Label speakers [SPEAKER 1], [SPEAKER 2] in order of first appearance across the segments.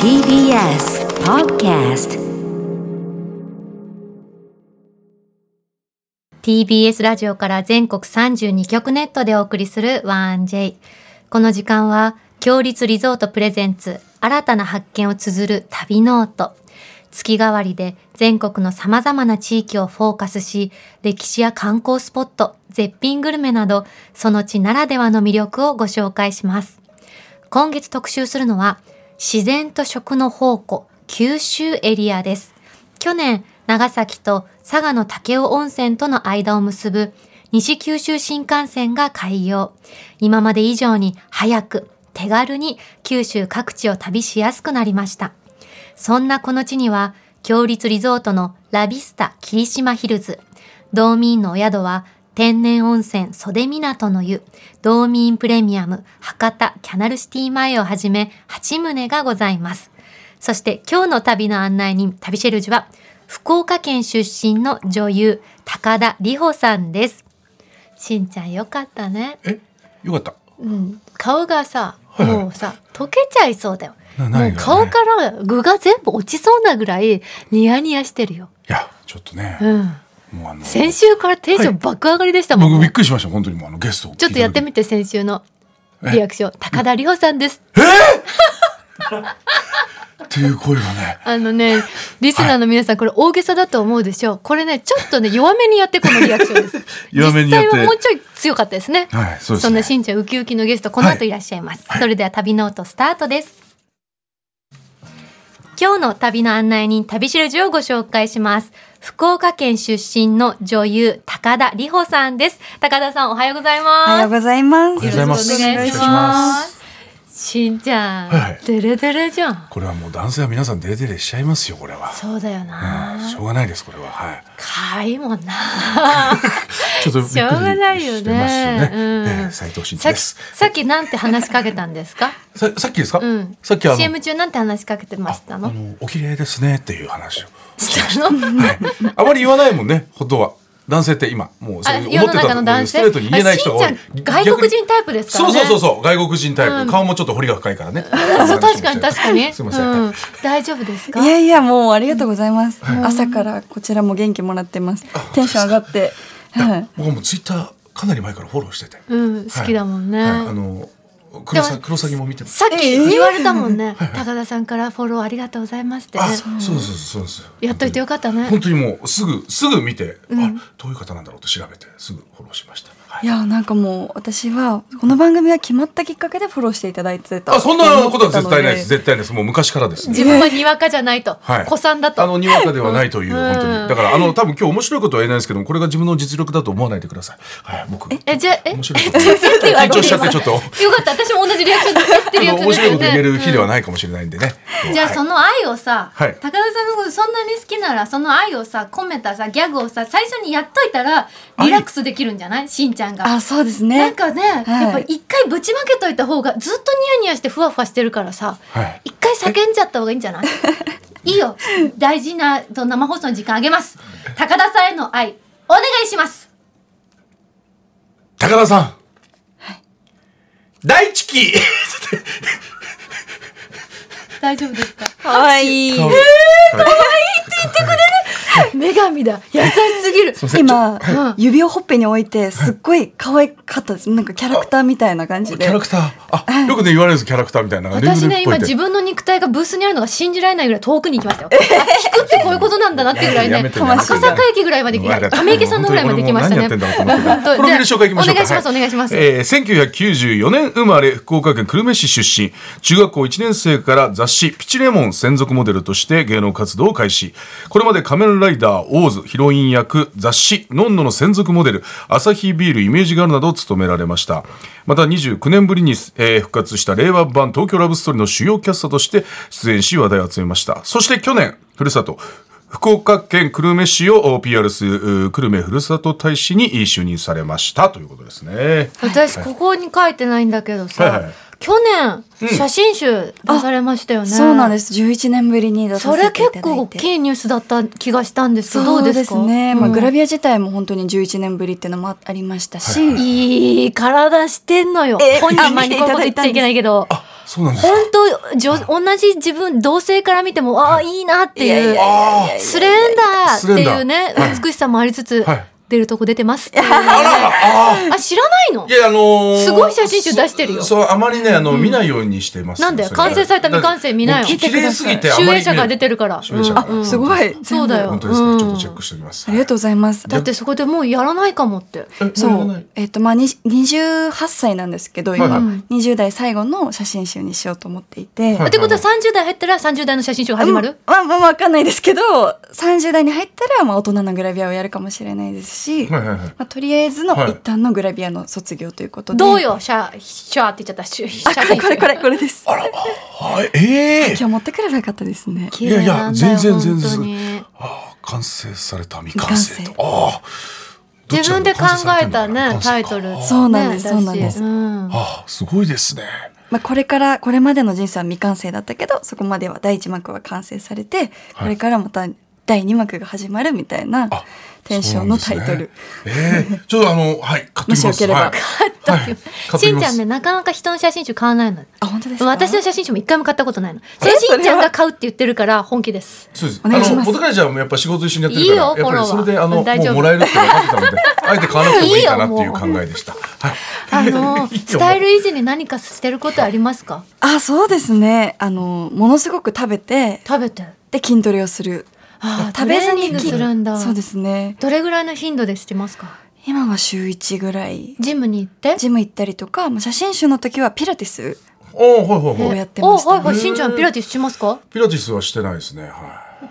[SPEAKER 1] TBS Podcast
[SPEAKER 2] TBS ラジオから全国32局ネットでお送りする 1J この時間は強立リゾートプレゼンツ新たな発見を綴る旅ノート月替わりで全国の様々な地域をフォーカスし歴史や観光スポット絶品グルメなどその地ならではの魅力をご紹介します今月特集するのは自然と食の宝庫九州エリアです去年長崎と佐賀の武雄温泉との間を結ぶ西九州新幹線が開業今まで以上に早く手軽に九州各地を旅しやすくなりましたそんなこの地には強立リゾートのラビスタ霧島ヒルズ道民のお宿は天然温泉袖港の湯、道民プレミアム博多キャナルシティ前をはじめ8棟がございます。そして今日の旅の案内人、旅シェルジュは福岡県出身の女優、高田里穂さんです。しんちゃんよかったね。
[SPEAKER 3] えよかった
[SPEAKER 2] うん、顔がさ、
[SPEAKER 3] はいはい
[SPEAKER 2] もうさ、溶けちゃいそうだよ。
[SPEAKER 3] な
[SPEAKER 2] も
[SPEAKER 3] な
[SPEAKER 2] う
[SPEAKER 3] いがね
[SPEAKER 2] 顔から具が全部落ちそうなぐらいニヤニヤしてるよ。
[SPEAKER 3] いやちょっとね、
[SPEAKER 2] うん。
[SPEAKER 3] もうあの
[SPEAKER 2] 先週からテンション爆上がりでしたもん。
[SPEAKER 3] 僕びっくりしました本当にもうあのゲストを
[SPEAKER 2] ちょっとやって
[SPEAKER 3] て
[SPEAKER 2] みて先週の
[SPEAKER 3] え
[SPEAKER 2] リアクション高田里穂さんです
[SPEAKER 3] っていう声がね
[SPEAKER 2] あのねリスナーの皆さんこれ大げさだと思うでしょうこれねちょっとね弱めにやってこのリアクションです
[SPEAKER 3] 弱めにやって
[SPEAKER 2] 実際はもうちょい強かったですね
[SPEAKER 3] はいそうですね
[SPEAKER 2] んなしんちゃんウキウキのゲストこの後いらっしゃいます、それでは旅ノートスタートです今日の旅の案内人旅しるじをご紹介します福岡県出身の女優高田里穂さんです高田さんおはようござい
[SPEAKER 4] おはよう
[SPEAKER 2] ます
[SPEAKER 4] ございます。
[SPEAKER 3] おはようございます
[SPEAKER 2] よろしくお願いします。しんちゃん、
[SPEAKER 3] はい
[SPEAKER 2] デレデレじゃん。
[SPEAKER 3] これはもう男性は皆さんデレデレしちゃいますよこれは、
[SPEAKER 2] そうだよな
[SPEAKER 3] うん。しょうがないですこれははい
[SPEAKER 2] 可愛いもんな。
[SPEAKER 3] ちょっとびっくり
[SPEAKER 2] しょうがないよね
[SPEAKER 3] してますよね、
[SPEAKER 2] うん
[SPEAKER 3] ええ斉藤真一
[SPEAKER 2] さっ
[SPEAKER 3] で
[SPEAKER 2] き、
[SPEAKER 3] す
[SPEAKER 2] さっきなんて話しかけたんですか。
[SPEAKER 3] ささっきですか、
[SPEAKER 2] うん。
[SPEAKER 3] さっ きあの
[SPEAKER 2] CM 中なんて話しかけてました
[SPEAKER 3] あ
[SPEAKER 2] の。
[SPEAKER 3] のお綺麗ですねっていう話を
[SPEAKER 2] したの。
[SPEAKER 3] はいあまり言わないもんね本当は男性って今もうそう
[SPEAKER 2] あ
[SPEAKER 3] 思ってたところでストレートに言えない人
[SPEAKER 2] あ
[SPEAKER 3] が多
[SPEAKER 2] し
[SPEAKER 3] い
[SPEAKER 2] んちゃん外国人タイプですからね。
[SPEAKER 3] そうそう
[SPEAKER 2] う。
[SPEAKER 3] そう外国人タイプ、
[SPEAKER 2] うん
[SPEAKER 3] 顔もちょっと彫りが深いからね
[SPEAKER 2] そう確かに確かに。
[SPEAKER 3] すいません、
[SPEAKER 2] う
[SPEAKER 3] は
[SPEAKER 2] ん。大丈夫ですか。
[SPEAKER 4] いやいや、もうありがとうございます。朝からこちらも元気もらってます。テンション上がって。はい
[SPEAKER 3] い、僕はもうツイッターかなり前からフォローしてて、
[SPEAKER 2] うん好きだもんね。
[SPEAKER 3] はいあの黒さ黒サギも見てます
[SPEAKER 2] さっき言われたもんね、高田さんからフォローありがとうございますってね
[SPEAKER 3] あそうそうそうそうです
[SPEAKER 2] やっといてよかったね
[SPEAKER 3] 本当にもうすぐすぐ見て、あどういう方なんだろうと調べてすぐフォローしました、はい
[SPEAKER 4] いや、なんかもう私は、この番組が決まったきっかけでフォローしていただいてた。
[SPEAKER 3] あそんなことは絶対ない
[SPEAKER 4] 思っ
[SPEAKER 3] です
[SPEAKER 4] て
[SPEAKER 3] 絶対ないですもう昔からです
[SPEAKER 2] 自分はにわかじゃないと、
[SPEAKER 3] はい、
[SPEAKER 2] 子さんだと
[SPEAKER 3] あのにわかではないという、
[SPEAKER 2] うん
[SPEAKER 3] 本当にだからあの多分今日面白いことは言えないですけどもこれが自分の実力だと思わないでくださいはい僕え
[SPEAKER 2] えじゃあえ
[SPEAKER 3] 面白い
[SPEAKER 2] え
[SPEAKER 3] こと
[SPEAKER 2] じゃあ先生は
[SPEAKER 3] 緊張しちゃってちょっと
[SPEAKER 2] よかった私も同じリアクションで言って
[SPEAKER 3] あ
[SPEAKER 2] るや
[SPEAKER 3] の
[SPEAKER 2] つで
[SPEAKER 3] 面
[SPEAKER 2] す
[SPEAKER 3] 白いこ
[SPEAKER 2] よ
[SPEAKER 3] と言える
[SPEAKER 2] ね
[SPEAKER 3] 日ではないかもしれないんでね、
[SPEAKER 2] じゃあ
[SPEAKER 3] はい
[SPEAKER 2] その愛をさ、
[SPEAKER 3] はい
[SPEAKER 2] 高田さんのことそんなに好きならその愛をさ込めたさギャグをさ最初にやっといたらリラックスできるんじゃないしんちゃんが。
[SPEAKER 4] あ、そうです
[SPEAKER 2] なん
[SPEAKER 4] ね。
[SPEAKER 2] かね、
[SPEAKER 4] はい
[SPEAKER 2] やっぱ一回ぶちまけといた方がずっとニヤニヤしてふわふわしてるからさ、
[SPEAKER 3] はい
[SPEAKER 2] 一回叫んじゃった方がいいんじゃ ないいいよ大事なと生放送の時間あげます高田さんへの愛お願いします
[SPEAKER 3] 高田さん、大地キ
[SPEAKER 2] 大丈夫ですか
[SPEAKER 4] かわいい。
[SPEAKER 2] 女神だ優しすぎる
[SPEAKER 4] 今
[SPEAKER 2] はい、
[SPEAKER 4] 指をほっぺに置いて、すっごい可愛かったです。なんかキャラクターみたいな感じ
[SPEAKER 3] キ
[SPEAKER 4] で
[SPEAKER 3] ャラ。クターあよくね言われるんですキャラクターみたいな
[SPEAKER 2] 私ね今自
[SPEAKER 3] 分
[SPEAKER 2] 分の肉体がブースにあるのが信じられない ぐらい遠くに行きましたよ、あ聞くってこういうことなんだなってぐらい
[SPEAKER 3] や
[SPEAKER 2] ね
[SPEAKER 3] めて
[SPEAKER 4] やめ
[SPEAKER 2] 赤
[SPEAKER 4] て
[SPEAKER 2] 坂駅ぐらいまで行き亀池さんのぐらいまで行きましたね
[SPEAKER 3] 何やってんだろうと思ってた
[SPEAKER 2] うん
[SPEAKER 3] プロフィール紹介いきましょうか
[SPEAKER 2] お願いしますお願いします
[SPEAKER 3] えー1994年生まれ福岡県久留米市出身中学校1年生から雑誌「ピチレモン」専属モデルとして芸能活動を開始これまで「仮面ライダー」「オーズ」ヒロイン役雑誌「ノンノの専属モデル「アサヒビール」「イメージガール」などを務められましたまた29年ぶりに、えー復活した令和版「東京ラブストーリー」の主要キャスターとして出演し話題を集めましたそして去年ふるさと福岡県久留米市を PR するう久留米ふるさと大使に就任されましたということですね。
[SPEAKER 2] 私ここに書いてないんだけどさ、
[SPEAKER 3] はいはい
[SPEAKER 2] 去年写真集出されましたよね、
[SPEAKER 4] そうなんです。11年ぶりに出さ
[SPEAKER 2] そ
[SPEAKER 4] せて
[SPEAKER 2] れ
[SPEAKER 4] いただいて。
[SPEAKER 2] 結構大きいニュースだった気がしたんですけど
[SPEAKER 4] そう
[SPEAKER 2] どう
[SPEAKER 4] で
[SPEAKER 2] です
[SPEAKER 4] す
[SPEAKER 2] か
[SPEAKER 4] ね、まあ、
[SPEAKER 2] うん
[SPEAKER 4] グラビア自体も本当に11年ぶりっていうのもあありましたし、
[SPEAKER 2] いい体してんのよ
[SPEAKER 4] え
[SPEAKER 2] 本人にこういうこと言っちゃいけないけど
[SPEAKER 3] そうなんですか
[SPEAKER 2] 本当じょ同じ自分同性から見てもああいいなって
[SPEAKER 4] いやいや
[SPEAKER 2] い
[SPEAKER 4] いうやいやいや
[SPEAKER 2] スレンダーっていうね
[SPEAKER 3] スレンダーはい
[SPEAKER 2] 美しさもありつつ、
[SPEAKER 3] はい
[SPEAKER 2] 出るとこ出てますっていうあ知らないの
[SPEAKER 3] いやあのー
[SPEAKER 2] すごい写真集出してるよ
[SPEAKER 3] そそうあまりねあの、見ないようにしてます
[SPEAKER 2] なんだよ
[SPEAKER 3] それ
[SPEAKER 2] 完成された未完成見ないよ
[SPEAKER 3] もう綺麗す ぎてあま
[SPEAKER 2] 集
[SPEAKER 3] り
[SPEAKER 2] 英社が出てるから
[SPEAKER 3] 集英社
[SPEAKER 2] うん
[SPEAKER 4] すごい。
[SPEAKER 2] そうだよ
[SPEAKER 3] 本当ですか、
[SPEAKER 2] うん
[SPEAKER 3] ちょっとチェックしておきます
[SPEAKER 4] 全部ありがとうございます。
[SPEAKER 2] だってそこでもうやらないかもって
[SPEAKER 3] え
[SPEAKER 4] そ
[SPEAKER 3] もう言わな
[SPEAKER 4] う
[SPEAKER 3] い。
[SPEAKER 4] えっ、と、まあ、に28歳なんですけど、
[SPEAKER 3] はいは
[SPEAKER 4] 今、
[SPEAKER 3] い
[SPEAKER 4] 20代最後の写真集にしようと思っていて。
[SPEAKER 3] はい
[SPEAKER 2] ってことは30代減ったら30代の写真集が始まる、
[SPEAKER 4] まあ、まあ、わかんないですけど、30代に入ったら、まあ、大人のグラビアをやるかもしれないですし、
[SPEAKER 3] はいはいはい
[SPEAKER 4] まあ、とりあえずの
[SPEAKER 3] はい
[SPEAKER 4] 一旦のグラビアの卒業ということで。
[SPEAKER 2] どうよシャーシャーって言っちゃったシュシャ
[SPEAKER 4] あ、
[SPEAKER 2] ー
[SPEAKER 4] こ
[SPEAKER 2] って
[SPEAKER 4] れ
[SPEAKER 2] 言っ
[SPEAKER 4] これこれこれです。今
[SPEAKER 3] はいええ
[SPEAKER 4] 日持ってくればよかったですね。
[SPEAKER 2] 綺麗なんだよ
[SPEAKER 3] いやいや全然全然
[SPEAKER 2] 本当に
[SPEAKER 3] ああ完成された未完成と
[SPEAKER 4] 未
[SPEAKER 3] ああどっ
[SPEAKER 2] 自
[SPEAKER 3] ちな
[SPEAKER 2] 分
[SPEAKER 3] の
[SPEAKER 2] で考
[SPEAKER 3] 完成されて
[SPEAKER 2] えた
[SPEAKER 3] んのかな
[SPEAKER 2] ね
[SPEAKER 3] 完成か
[SPEAKER 2] タイトル
[SPEAKER 4] そうなんです
[SPEAKER 2] ね
[SPEAKER 4] そうなんです
[SPEAKER 2] だしうん
[SPEAKER 3] ああすごいですね
[SPEAKER 4] まあ、これからこれまでの人生は未完成だったけどそこまでは第一幕は完成されてこれからまた第二幕が始まるみたいな
[SPEAKER 3] あ
[SPEAKER 4] テンションのタイトル、
[SPEAKER 3] そうなんですねええちょっとあのはい買って
[SPEAKER 4] も
[SPEAKER 3] き
[SPEAKER 4] し
[SPEAKER 3] ま
[SPEAKER 4] よ
[SPEAKER 3] す
[SPEAKER 4] ければ
[SPEAKER 3] はいはい買って
[SPEAKER 2] し
[SPEAKER 3] き
[SPEAKER 2] ん
[SPEAKER 3] ま
[SPEAKER 2] ち
[SPEAKER 3] す
[SPEAKER 2] ゃんねなかなか人の写真集買わないの
[SPEAKER 4] あ本当ですか
[SPEAKER 2] 私の写真集も一回も買ったことないのそれ
[SPEAKER 4] えそれ
[SPEAKER 2] し
[SPEAKER 4] は
[SPEAKER 2] んちゃんが買うって言ってるから本気です
[SPEAKER 3] そうです。
[SPEAKER 4] お願いし
[SPEAKER 3] あの
[SPEAKER 4] ます
[SPEAKER 3] 元彼ちゃんもやっぱ仕事一緒にやってるから、
[SPEAKER 2] いいよ
[SPEAKER 3] やっぱり
[SPEAKER 2] フォロ
[SPEAKER 3] そ
[SPEAKER 2] ワー
[SPEAKER 3] れであのも
[SPEAKER 2] 大丈夫
[SPEAKER 3] うもらえるって分かってたので、あえて買わなくてもいいかなっていう考えでした。はい。
[SPEAKER 2] あの
[SPEAKER 3] いいよ
[SPEAKER 2] スタイル維持に何かしてることありますか
[SPEAKER 4] あそうですねあのものすごく食べて
[SPEAKER 2] 食べて
[SPEAKER 4] で筋トレをする
[SPEAKER 2] あー
[SPEAKER 4] 食べず
[SPEAKER 2] トレーニン
[SPEAKER 4] に
[SPEAKER 2] グするんだ
[SPEAKER 4] そうですね
[SPEAKER 2] どれぐらいの頻度でしてますか
[SPEAKER 4] 今は週一ぐらい
[SPEAKER 2] ジムに行って
[SPEAKER 4] ジム行ったりとかまあ写真集の時はピラティス
[SPEAKER 3] おおはいはい
[SPEAKER 4] を
[SPEAKER 3] はい。
[SPEAKER 4] やってましたね
[SPEAKER 2] おはいはいしんちゃんピラティスしますか
[SPEAKER 3] ピラティスはしてないですね。は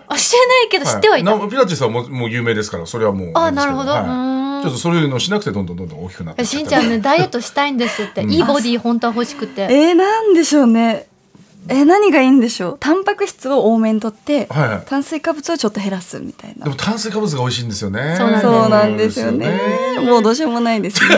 [SPEAKER 2] あしてないけ
[SPEAKER 3] い。
[SPEAKER 2] ど知ってはいた、
[SPEAKER 3] なピラティスはもうもう有名ですから、それはもう
[SPEAKER 2] あ
[SPEAKER 3] んです
[SPEAKER 2] な
[SPEAKER 3] け
[SPEAKER 2] るほどうーん
[SPEAKER 3] はい。ちょっとそういうのしなくてどんどんどんどん大きくなってっ
[SPEAKER 2] しん
[SPEAKER 3] た
[SPEAKER 2] ちゃんね。ダイエットしたいんですって、いいボディ本当は欲しくて
[SPEAKER 4] えー、なんでしょうねえー、何がいいんでしょうタンパク質を多めにとって、
[SPEAKER 3] はいはい
[SPEAKER 4] 炭水化物をちょっと減らすみたいな
[SPEAKER 3] でも炭水化物が美味しいんですよね。
[SPEAKER 2] そうなんです
[SPEAKER 4] そうなんですよね。もうどうしようもないですね。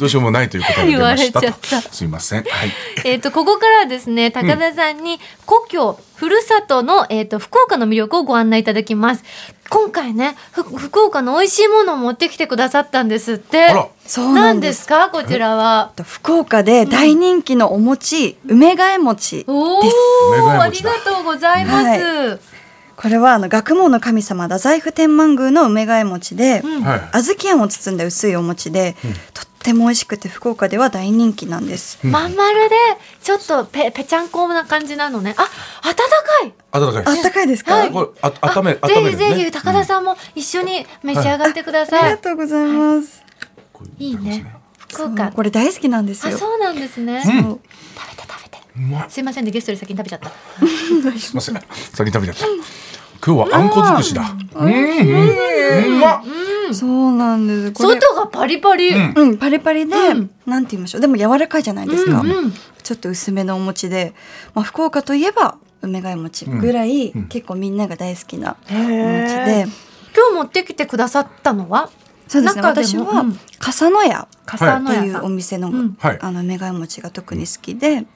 [SPEAKER 3] どうしようもないということが出ましたと。
[SPEAKER 2] 言われちゃった
[SPEAKER 3] すいません。はい。
[SPEAKER 2] えっとここからはですね高田さんに故郷、ふるさとの、えっと福岡の魅力をご案内いただきます今回ねふ福岡の美味しいものを持ってきてくださったんですって
[SPEAKER 3] あら
[SPEAKER 4] そうなんです。
[SPEAKER 2] かこちらは
[SPEAKER 4] 福岡で大人気のお餅、梅替え餅。
[SPEAKER 2] おお
[SPEAKER 3] 梅ヶ
[SPEAKER 2] ー
[SPEAKER 3] 谷
[SPEAKER 2] あ
[SPEAKER 3] 餅
[SPEAKER 2] り
[SPEAKER 3] だ
[SPEAKER 2] がとうございます、
[SPEAKER 4] これはあの学問の神様太宰府天満宮の梅替え餅で、
[SPEAKER 2] うん
[SPEAKER 3] はい。
[SPEAKER 4] 小豆あんを包んだ薄いお餅で、とっても美味しくて福岡では大人気なんです。
[SPEAKER 2] まん丸でちょっとぺぺちゃんこな感じなのねあ温かい
[SPEAKER 3] 温かいで
[SPEAKER 4] あ
[SPEAKER 3] す。
[SPEAKER 4] ったかいですか、
[SPEAKER 2] はい
[SPEAKER 3] これあ温め
[SPEAKER 2] あ
[SPEAKER 3] 温める
[SPEAKER 2] ぜ
[SPEAKER 3] ね。
[SPEAKER 2] ひぜひ高田さんも一緒に召し上がってくだ
[SPEAKER 4] あ
[SPEAKER 2] さ
[SPEAKER 4] り
[SPEAKER 2] い、
[SPEAKER 4] がとうございます。
[SPEAKER 3] こう
[SPEAKER 2] いいね。福岡
[SPEAKER 4] そうこれ大好きなんです
[SPEAKER 2] あ
[SPEAKER 4] よ。
[SPEAKER 2] そうなんですね、
[SPEAKER 3] うん
[SPEAKER 2] 食べて食べて
[SPEAKER 3] うまい。
[SPEAKER 2] すいませんねゲストより先に食べちゃった
[SPEAKER 3] すみません。先に食べちゃった。今日はあんこ尽くしだ。うん、うん、うまっ。
[SPEAKER 4] そうなんです。これ
[SPEAKER 2] 外がパリパリ、
[SPEAKER 3] ん
[SPEAKER 4] うん、パリパリで、
[SPEAKER 2] うん
[SPEAKER 4] なんて言いましょう。でも柔らかいじゃないですか。
[SPEAKER 2] うんうん
[SPEAKER 4] ちょっと薄めのお餅で、まあ、福岡といえば梅がい餅ぐらい、結構みんなが大好きなお餅で、
[SPEAKER 2] 今日持ってきてくださったのは
[SPEAKER 4] そうですね
[SPEAKER 2] 中でも
[SPEAKER 4] 私は
[SPEAKER 2] うん
[SPEAKER 4] 笠野屋
[SPEAKER 2] 笠
[SPEAKER 4] と
[SPEAKER 2] 野
[SPEAKER 4] い
[SPEAKER 2] 屋さ、
[SPEAKER 4] うんお店の,、
[SPEAKER 2] うん
[SPEAKER 3] はい
[SPEAKER 4] あの梅がい餅が特に好きで。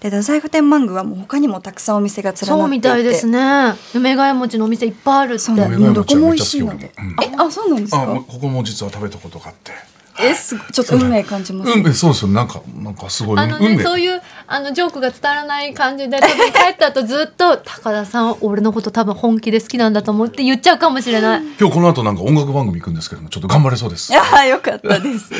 [SPEAKER 4] で太宰府天満宮はもう他にもたくさんお店が連
[SPEAKER 2] そう
[SPEAKER 4] なってい
[SPEAKER 2] み
[SPEAKER 4] て
[SPEAKER 2] たいですね梅がえ餅のお店いっぱいあるって
[SPEAKER 4] そうなん
[SPEAKER 3] 梅
[SPEAKER 4] で
[SPEAKER 3] ヶ
[SPEAKER 4] す
[SPEAKER 3] 谷
[SPEAKER 4] ど
[SPEAKER 3] 餅
[SPEAKER 4] こも
[SPEAKER 3] はめっ
[SPEAKER 4] 美味しいの
[SPEAKER 3] ちゃ好き俺も
[SPEAKER 4] で、
[SPEAKER 3] うん
[SPEAKER 4] えあそうなんです
[SPEAKER 3] あ、もう
[SPEAKER 4] か
[SPEAKER 3] ここも実は食べたことがあって。
[SPEAKER 4] えすごいちょっと運命感じます、
[SPEAKER 3] うん、えそうですよ。なんか、なんかすごい。
[SPEAKER 2] あの
[SPEAKER 3] 運
[SPEAKER 2] ね、
[SPEAKER 3] 命
[SPEAKER 2] そういうあのジョークが伝わらない感じで多分帰った後ずっと「 高田さん俺のこと多分本気で好きなんだと思う」って言っちゃうかもしれない。
[SPEAKER 3] 今日この後なんか音楽番組行くんですけども、ちょっと頑張れそうです。
[SPEAKER 4] ああよかった です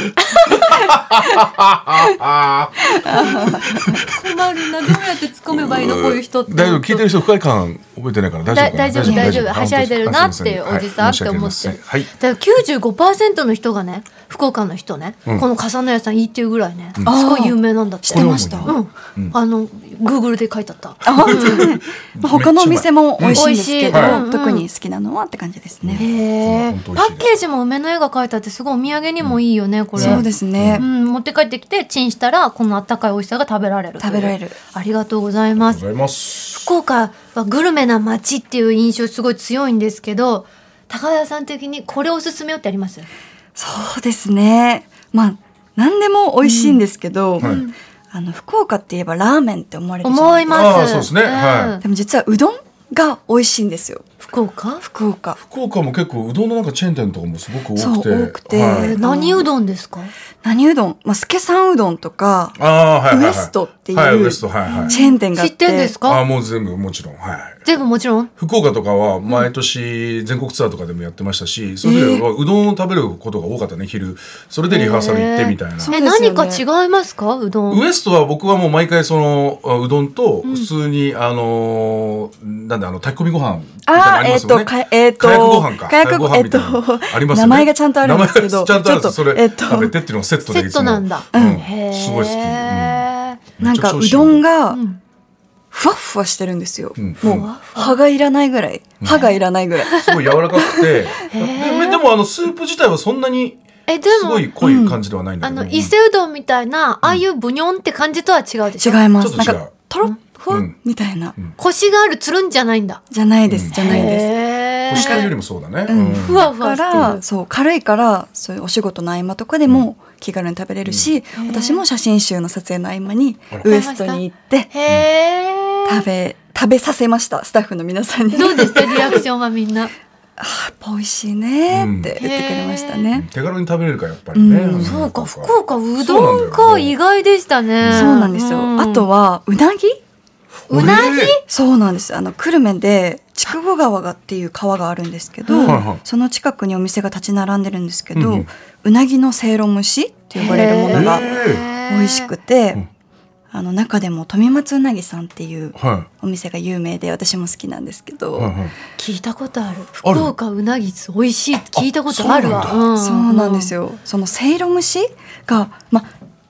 [SPEAKER 2] 困るなどうやって突っ込めばいいのこういう人って。
[SPEAKER 3] 大丈夫、聞いてる人不快感覚えてないから大丈夫かな。
[SPEAKER 2] だ大丈夫大丈夫はしゃいでるなっていう
[SPEAKER 3] はい
[SPEAKER 2] おじさんって思って
[SPEAKER 3] はい申し訳ありませんはい。
[SPEAKER 2] だから95%の人がね福岡の人ね、
[SPEAKER 3] うん
[SPEAKER 2] この笠野屋さんいいっていうぐらいね、すごい有名なんだって
[SPEAKER 4] 知ってました
[SPEAKER 2] うんあのグーグルで書いてあった
[SPEAKER 4] あ本当に、まあ、他のお店も美味しいんですけど、
[SPEAKER 2] うん美味しいうんうん
[SPEAKER 4] 特に好きなのはって感じですね、
[SPEAKER 2] へえ
[SPEAKER 3] 本当美
[SPEAKER 2] パ
[SPEAKER 3] 味しい
[SPEAKER 2] ッケージも梅の絵が書いてあってすごいお土産にもいいよねこれ、
[SPEAKER 4] そうですね、
[SPEAKER 2] うん、持って帰ってきてチンしたらこのあったかい美味しさが食べられるという
[SPEAKER 4] 食べられる
[SPEAKER 2] ありがとうございま
[SPEAKER 3] ありがと
[SPEAKER 2] す
[SPEAKER 3] うございます。
[SPEAKER 2] 福岡はグルメな街っていう印象すごい強いんですけど高田さん的にこれおすすめよってあります
[SPEAKER 4] そうですねまあ何でも美味しいんですけど、
[SPEAKER 3] はい
[SPEAKER 4] あの福岡って言えばラーメンって思われるじゃな
[SPEAKER 2] 思
[SPEAKER 4] い
[SPEAKER 2] い
[SPEAKER 4] ですか
[SPEAKER 2] ます
[SPEAKER 3] あーそうですねはい
[SPEAKER 4] でも実はうどんが美味しいんですよ
[SPEAKER 2] 福岡
[SPEAKER 4] 福岡
[SPEAKER 3] 福岡も結構うどんのなんかチェーン店とかもすごく多くて
[SPEAKER 4] そう多くて
[SPEAKER 3] はい、
[SPEAKER 2] 何うどんですか
[SPEAKER 4] 何うどん、まあ、助さんうどんとか
[SPEAKER 3] ああはいはい、はい、
[SPEAKER 4] ウエストっていう
[SPEAKER 3] はいウエストはいはい
[SPEAKER 4] チェーン店があ
[SPEAKER 2] 知
[SPEAKER 4] っ
[SPEAKER 2] っててんです
[SPEAKER 3] ああ
[SPEAKER 2] か
[SPEAKER 3] もう全部もちろんはい
[SPEAKER 2] 全部もちろん
[SPEAKER 3] 福岡とかは毎年全国ツアーとかでもやってましたし、それではうどんを食べることが多かったね昼それでリハーサル行ってみたいな、
[SPEAKER 4] そう
[SPEAKER 2] え、
[SPEAKER 4] ですよ
[SPEAKER 2] 何
[SPEAKER 4] ね
[SPEAKER 2] か違いますかうどん
[SPEAKER 3] ウエストは僕はもう毎回そのあうどんと普通に、あのーなんであの炊き込みご飯みたいなの
[SPEAKER 4] あー
[SPEAKER 3] あり
[SPEAKER 4] え
[SPEAKER 3] ま
[SPEAKER 4] っ
[SPEAKER 3] すよ
[SPEAKER 4] と
[SPEAKER 3] ね。
[SPEAKER 4] かえっと
[SPEAKER 3] 火薬ご飯か。
[SPEAKER 4] 火薬ご
[SPEAKER 3] 火薬ご飯みたいなの
[SPEAKER 4] えっと
[SPEAKER 3] ありますよね。
[SPEAKER 4] 名前がちゃんとあるんですけど
[SPEAKER 3] 名前がちゃんとあるんです
[SPEAKER 4] ち
[SPEAKER 3] そ
[SPEAKER 4] ょっと
[SPEAKER 3] れ、
[SPEAKER 4] えっと
[SPEAKER 3] 食べてっていうのをセットでいつも
[SPEAKER 2] セットなんだ
[SPEAKER 3] う
[SPEAKER 2] うん
[SPEAKER 3] ん
[SPEAKER 2] へー
[SPEAKER 3] すごい好き。うん
[SPEAKER 4] なんかうどん。が
[SPEAKER 2] ん
[SPEAKER 4] ふわっふわしてるんですよ、
[SPEAKER 3] うん
[SPEAKER 4] もう歯がいらないぐらい歯がいらないぐらい、
[SPEAKER 3] すごい柔らか くて。ででもあのスープ自体はそんなに
[SPEAKER 2] え、ですも
[SPEAKER 3] ごい、濃い感じではないんだ
[SPEAKER 2] あ
[SPEAKER 3] けど。
[SPEAKER 2] の、伊勢うどんみたいな、ああいうブニョンって感じとは違うでしょ
[SPEAKER 4] 違います
[SPEAKER 3] ちょ
[SPEAKER 4] な
[SPEAKER 3] っ
[SPEAKER 4] ん
[SPEAKER 3] と違う
[SPEAKER 4] かとろっふわ、
[SPEAKER 3] うん
[SPEAKER 4] みたいな、
[SPEAKER 2] コシがあるつるんじゃないんだ。
[SPEAKER 4] じゃないです、じゃないです
[SPEAKER 2] へ
[SPEAKER 3] 干し
[SPEAKER 2] ー
[SPEAKER 3] よりもそうだね。
[SPEAKER 4] うん
[SPEAKER 2] ふわふ
[SPEAKER 4] か
[SPEAKER 2] わして
[SPEAKER 4] ら
[SPEAKER 2] る。
[SPEAKER 4] そう軽いからそういうお仕事の合間とかでも気軽に食べれるし、私も写真集の撮影の合間にウエストに行って
[SPEAKER 2] へー
[SPEAKER 4] 食べ食べさせましたスタッフの皆さんに
[SPEAKER 2] どうでしたリアクションはみんな。
[SPEAKER 4] 「美味しいね」って言ってくれましたね、
[SPEAKER 3] 手軽に食べれるからやっぱりね。
[SPEAKER 4] うん
[SPEAKER 3] ん
[SPEAKER 2] そうか、福岡うどん
[SPEAKER 3] そうなん
[SPEAKER 2] か
[SPEAKER 3] だよ
[SPEAKER 2] 意外でしたね。
[SPEAKER 4] そうなんですよ、あと
[SPEAKER 2] は、
[SPEAKER 4] はうなぎ
[SPEAKER 2] うなぎ
[SPEAKER 3] え
[SPEAKER 4] そうなんですあの久留米で筑後川がっていう川があるんですけど、
[SPEAKER 3] はいはい
[SPEAKER 4] その近くにお店が立ち並んでるんですけど、
[SPEAKER 3] う
[SPEAKER 4] うん
[SPEAKER 3] うん
[SPEAKER 4] なぎのせいろ蒸しって呼ばれるものが
[SPEAKER 3] へ
[SPEAKER 4] 美味しくて、あの中でも富松うなぎさんっていう
[SPEAKER 3] ーは
[SPEAKER 4] お店が有名で私も好きなんですけど、
[SPEAKER 3] いはいはい。
[SPEAKER 2] 聞いたことある。福岡うなぎ美味しいって聞いたことあるわ。
[SPEAKER 3] あそうな
[SPEAKER 4] そうなんです
[SPEAKER 2] よ。
[SPEAKER 4] よそのせいろ蒸しがま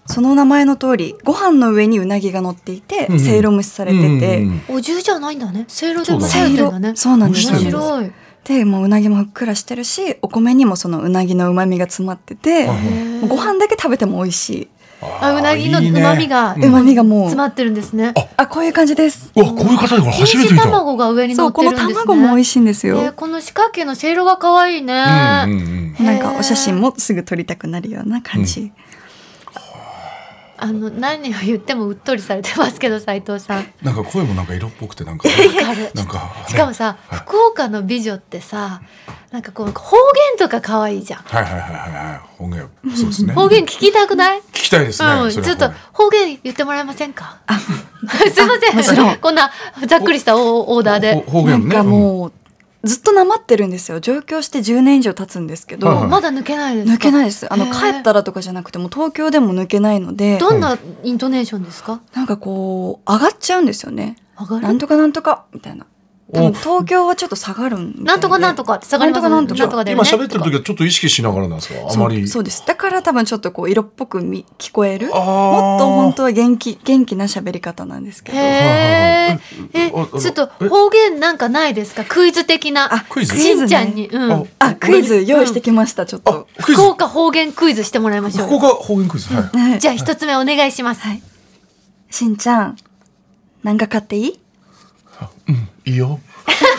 [SPEAKER 4] その名前の通りご飯の上にうなぎが乗っていて
[SPEAKER 3] うんうん
[SPEAKER 4] せいろ蒸しされてて、
[SPEAKER 3] うんうんうん
[SPEAKER 2] お重じゃないんだね。せいろで
[SPEAKER 3] そ
[SPEAKER 2] も
[SPEAKER 3] うだね
[SPEAKER 2] せいろだね。
[SPEAKER 4] そうなんです
[SPEAKER 3] よ
[SPEAKER 2] 面白い。
[SPEAKER 4] でもううなぎもふっくらしてるしお米にもそのうなぎのうまみが詰まってて、
[SPEAKER 3] はいはい
[SPEAKER 2] へー
[SPEAKER 4] ご飯だけ食べても美味し
[SPEAKER 2] あうなぎの
[SPEAKER 3] いいね
[SPEAKER 2] 旨味が
[SPEAKER 4] い、うまみがもう
[SPEAKER 2] 詰まってるんですね。
[SPEAKER 4] あこういう感じです
[SPEAKER 3] うわ、こういう方でこれ初め
[SPEAKER 2] 錦糸
[SPEAKER 3] て見た。
[SPEAKER 2] 卵が上に乗
[SPEAKER 4] そ
[SPEAKER 2] っ
[SPEAKER 4] う
[SPEAKER 2] て
[SPEAKER 4] こ
[SPEAKER 2] る
[SPEAKER 4] の
[SPEAKER 2] んですね。
[SPEAKER 4] 卵も美味しいんですよ、
[SPEAKER 2] えーこの四角形のせいろが可愛いね。
[SPEAKER 3] うんうんうん。
[SPEAKER 2] へー
[SPEAKER 4] なんかお写真もすぐ撮りたくなるような感じ、
[SPEAKER 2] あの何を言ってもうっとりされてますけど斉藤さん。
[SPEAKER 3] なんか声もなんか色っぽくてなんか、
[SPEAKER 2] わかる
[SPEAKER 3] なんか、ね
[SPEAKER 2] しかもさ、
[SPEAKER 3] はい
[SPEAKER 2] 福岡の美女ってさなんかこう方言とか可愛いじゃん。
[SPEAKER 3] はいはいはいはいはい、方言、そうですね。
[SPEAKER 2] 方言聞きたくない、
[SPEAKER 3] 聞きたいですね。
[SPEAKER 2] うん、ち
[SPEAKER 3] それ
[SPEAKER 2] ょ
[SPEAKER 3] は
[SPEAKER 2] っと
[SPEAKER 3] 方言
[SPEAKER 2] 方言言ってもらえませんか すいません
[SPEAKER 4] もちろん
[SPEAKER 2] こんなざっくりしたオオーダーで
[SPEAKER 3] ほ方言ね。
[SPEAKER 4] なんかもう、ずっとなまってるんですよ上京して10年以上経つんですけど、
[SPEAKER 3] はいはい
[SPEAKER 2] まだ抜けないですか
[SPEAKER 4] 抜けないですあの
[SPEAKER 2] へ
[SPEAKER 4] 帰
[SPEAKER 2] ー
[SPEAKER 4] ったらとかじゃなくてもう東京でも抜けないので
[SPEAKER 2] どんなイントネーションですか
[SPEAKER 4] なんかこう上がっちゃうんですよね
[SPEAKER 2] 上がる
[SPEAKER 4] なんとかなんとかみたいな多分東京はちょっと下がるん
[SPEAKER 2] なんとかなんと
[SPEAKER 4] か
[SPEAKER 2] かって下がりますね
[SPEAKER 4] なんとかなんとか
[SPEAKER 3] うん
[SPEAKER 2] だよ
[SPEAKER 3] 今
[SPEAKER 2] ね
[SPEAKER 3] 喋ってる時はちょっと意識しながらなんですかあまり。
[SPEAKER 4] そうそうですだから多分ちょっとこう色っぽくみ聞こえる
[SPEAKER 3] あー
[SPEAKER 4] もっと本当は元気元気な喋り方なんですけど
[SPEAKER 2] へえ
[SPEAKER 3] はいはいはい
[SPEAKER 2] え
[SPEAKER 3] えああの
[SPEAKER 2] ちょっと
[SPEAKER 3] え
[SPEAKER 2] 方言なんかないですかクイズ的な
[SPEAKER 4] あ
[SPEAKER 3] クイズ
[SPEAKER 2] しんちゃんに、うん
[SPEAKER 3] あ
[SPEAKER 4] あクイズ用意してきました、ちょっ
[SPEAKER 3] あ
[SPEAKER 4] と、
[SPEAKER 3] クイズ
[SPEAKER 2] 福。岡方言クイズしてもらいましょう
[SPEAKER 3] ここが方言クイズ。はい。
[SPEAKER 4] ね
[SPEAKER 2] じゃあ一つ目お願いします、
[SPEAKER 4] しんちゃん何か買っていい
[SPEAKER 3] いいよ。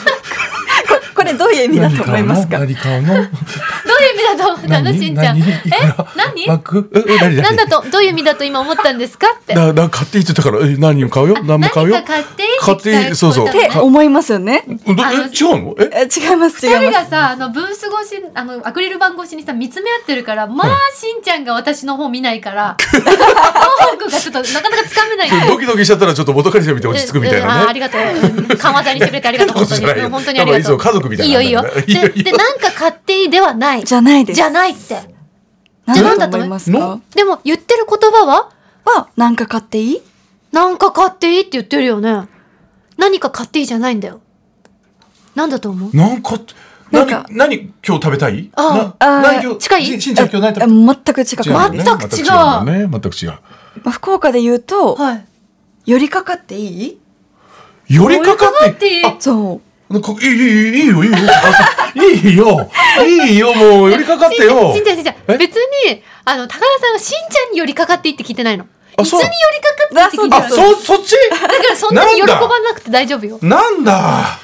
[SPEAKER 4] ここれどういう意味だと思いますか
[SPEAKER 3] 何買う の？
[SPEAKER 2] どういう意味だと思ったの
[SPEAKER 3] 何
[SPEAKER 2] しんちゃん
[SPEAKER 3] 何い
[SPEAKER 2] え
[SPEAKER 3] くら
[SPEAKER 2] 何
[SPEAKER 3] マック？ええ何
[SPEAKER 2] なん
[SPEAKER 3] 何？
[SPEAKER 2] だとどういう意味だと今思ったんですかって
[SPEAKER 3] だだ買っていいって言ったからえ何を買うよ？何も
[SPEAKER 2] 何
[SPEAKER 3] 買うよ
[SPEAKER 2] か。買っていい
[SPEAKER 3] 買っていいそうそう
[SPEAKER 2] 聞き
[SPEAKER 4] った
[SPEAKER 2] い
[SPEAKER 4] て
[SPEAKER 2] ってことだね
[SPEAKER 4] 思いますよね
[SPEAKER 3] うんど
[SPEAKER 2] あ
[SPEAKER 3] え
[SPEAKER 2] の
[SPEAKER 3] 違うの？え？
[SPEAKER 4] え違います違
[SPEAKER 2] 二
[SPEAKER 4] い
[SPEAKER 2] 人
[SPEAKER 4] ます
[SPEAKER 2] がさあのブース越しあのアクリル板越しにさ見つめ合ってるからまあしんちゃんが私の方見ないから 東北がちょっとなかなかつかめないんだよ
[SPEAKER 3] ドキドキしちゃったらちょっと元彼氏を見て落ち着くみたい
[SPEAKER 2] うんうんあ
[SPEAKER 3] な
[SPEAKER 2] あり
[SPEAKER 3] ね。
[SPEAKER 2] がとう。うん緩和剤にしてくれてありがとう。
[SPEAKER 3] 変なこ
[SPEAKER 2] 本
[SPEAKER 3] と
[SPEAKER 2] 当
[SPEAKER 3] じ
[SPEAKER 2] にうん。本当にあ
[SPEAKER 3] ゃないよ
[SPEAKER 2] りがとうん
[SPEAKER 3] な。かいいぞ家族みたいな
[SPEAKER 2] よいいよ。
[SPEAKER 3] いいよい
[SPEAKER 2] で、
[SPEAKER 3] いよ
[SPEAKER 2] で、なんか買っていいではない。
[SPEAKER 4] じゃないです
[SPEAKER 2] じゃないって。
[SPEAKER 4] 何
[SPEAKER 2] なん
[SPEAKER 4] だ
[SPEAKER 2] だ
[SPEAKER 4] と
[SPEAKER 2] と
[SPEAKER 4] 思
[SPEAKER 2] 思
[SPEAKER 4] い
[SPEAKER 2] い
[SPEAKER 4] ま
[SPEAKER 2] ます
[SPEAKER 3] す
[SPEAKER 4] か
[SPEAKER 3] か
[SPEAKER 2] でも、言ってる言葉は
[SPEAKER 4] は何か買っていい
[SPEAKER 2] なんか買っていいって言ってるよね。何か買っていいじゃないんだよ。なんだと思う
[SPEAKER 3] なんかって
[SPEAKER 4] なんか
[SPEAKER 3] 何何今日食べたい？
[SPEAKER 2] あ
[SPEAKER 4] あ
[SPEAKER 3] な
[SPEAKER 4] あ
[SPEAKER 3] 何今日
[SPEAKER 2] 近い
[SPEAKER 3] ししんちゃん今日何食べ
[SPEAKER 4] え全
[SPEAKER 3] た
[SPEAKER 4] く違く
[SPEAKER 3] 違う
[SPEAKER 4] な
[SPEAKER 3] よ
[SPEAKER 4] い
[SPEAKER 3] ね
[SPEAKER 4] です、
[SPEAKER 2] 全く違う
[SPEAKER 3] よね全く違う。
[SPEAKER 4] まあ、福岡で言うと、
[SPEAKER 2] はい。
[SPEAKER 4] 寄りかかっていい
[SPEAKER 3] 寄りかか
[SPEAKER 2] 寄りかかっ
[SPEAKER 3] ってて
[SPEAKER 2] いい
[SPEAKER 3] あ
[SPEAKER 4] そう
[SPEAKER 3] なんかいいいいい いよいいよあいいよいいよもう寄りかかってよ
[SPEAKER 2] しんちゃん、しんちゃんしんちゃん。
[SPEAKER 3] え
[SPEAKER 2] 別に、あの、高田さんはしんちゃんに寄りかかっていいって聞いてないの。
[SPEAKER 3] あ
[SPEAKER 2] 椅子
[SPEAKER 3] そう
[SPEAKER 2] に寄りかかっていいって聞いて
[SPEAKER 4] あ
[SPEAKER 2] る
[SPEAKER 3] あそそっち
[SPEAKER 2] だからしそんなに喜
[SPEAKER 3] なんだ
[SPEAKER 2] ばなくて大丈夫よ。
[SPEAKER 3] なんだ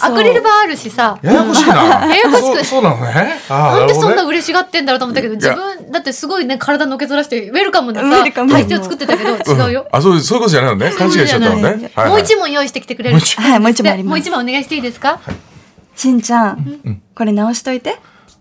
[SPEAKER 2] アクリル板あるしさ。
[SPEAKER 3] や やこしいな。
[SPEAKER 2] ややこしく
[SPEAKER 3] そうそうなのね。ああ、
[SPEAKER 2] なんでそんな
[SPEAKER 3] るほどね
[SPEAKER 2] 嬉しがってんだろうと思ったけど、
[SPEAKER 3] いや
[SPEAKER 2] 自分、だってすごいね、体のけずらして、ウェルカムなさ
[SPEAKER 4] ウェルカ、ム
[SPEAKER 2] 体勢を作ってたけど、違うよ
[SPEAKER 3] ん。あ、そう、そういうことじゃないのね。勘違いしちゃったのね。
[SPEAKER 4] そ
[SPEAKER 3] は
[SPEAKER 4] う
[SPEAKER 3] い
[SPEAKER 4] じゃ
[SPEAKER 2] も
[SPEAKER 3] はい
[SPEAKER 2] う一問用意してきてくれる。
[SPEAKER 3] もう一問
[SPEAKER 4] はいもう一問あり
[SPEAKER 2] でも
[SPEAKER 4] ま
[SPEAKER 2] う
[SPEAKER 4] す
[SPEAKER 2] 一問お願いしていいですか
[SPEAKER 4] しんちゃん、これ直しといて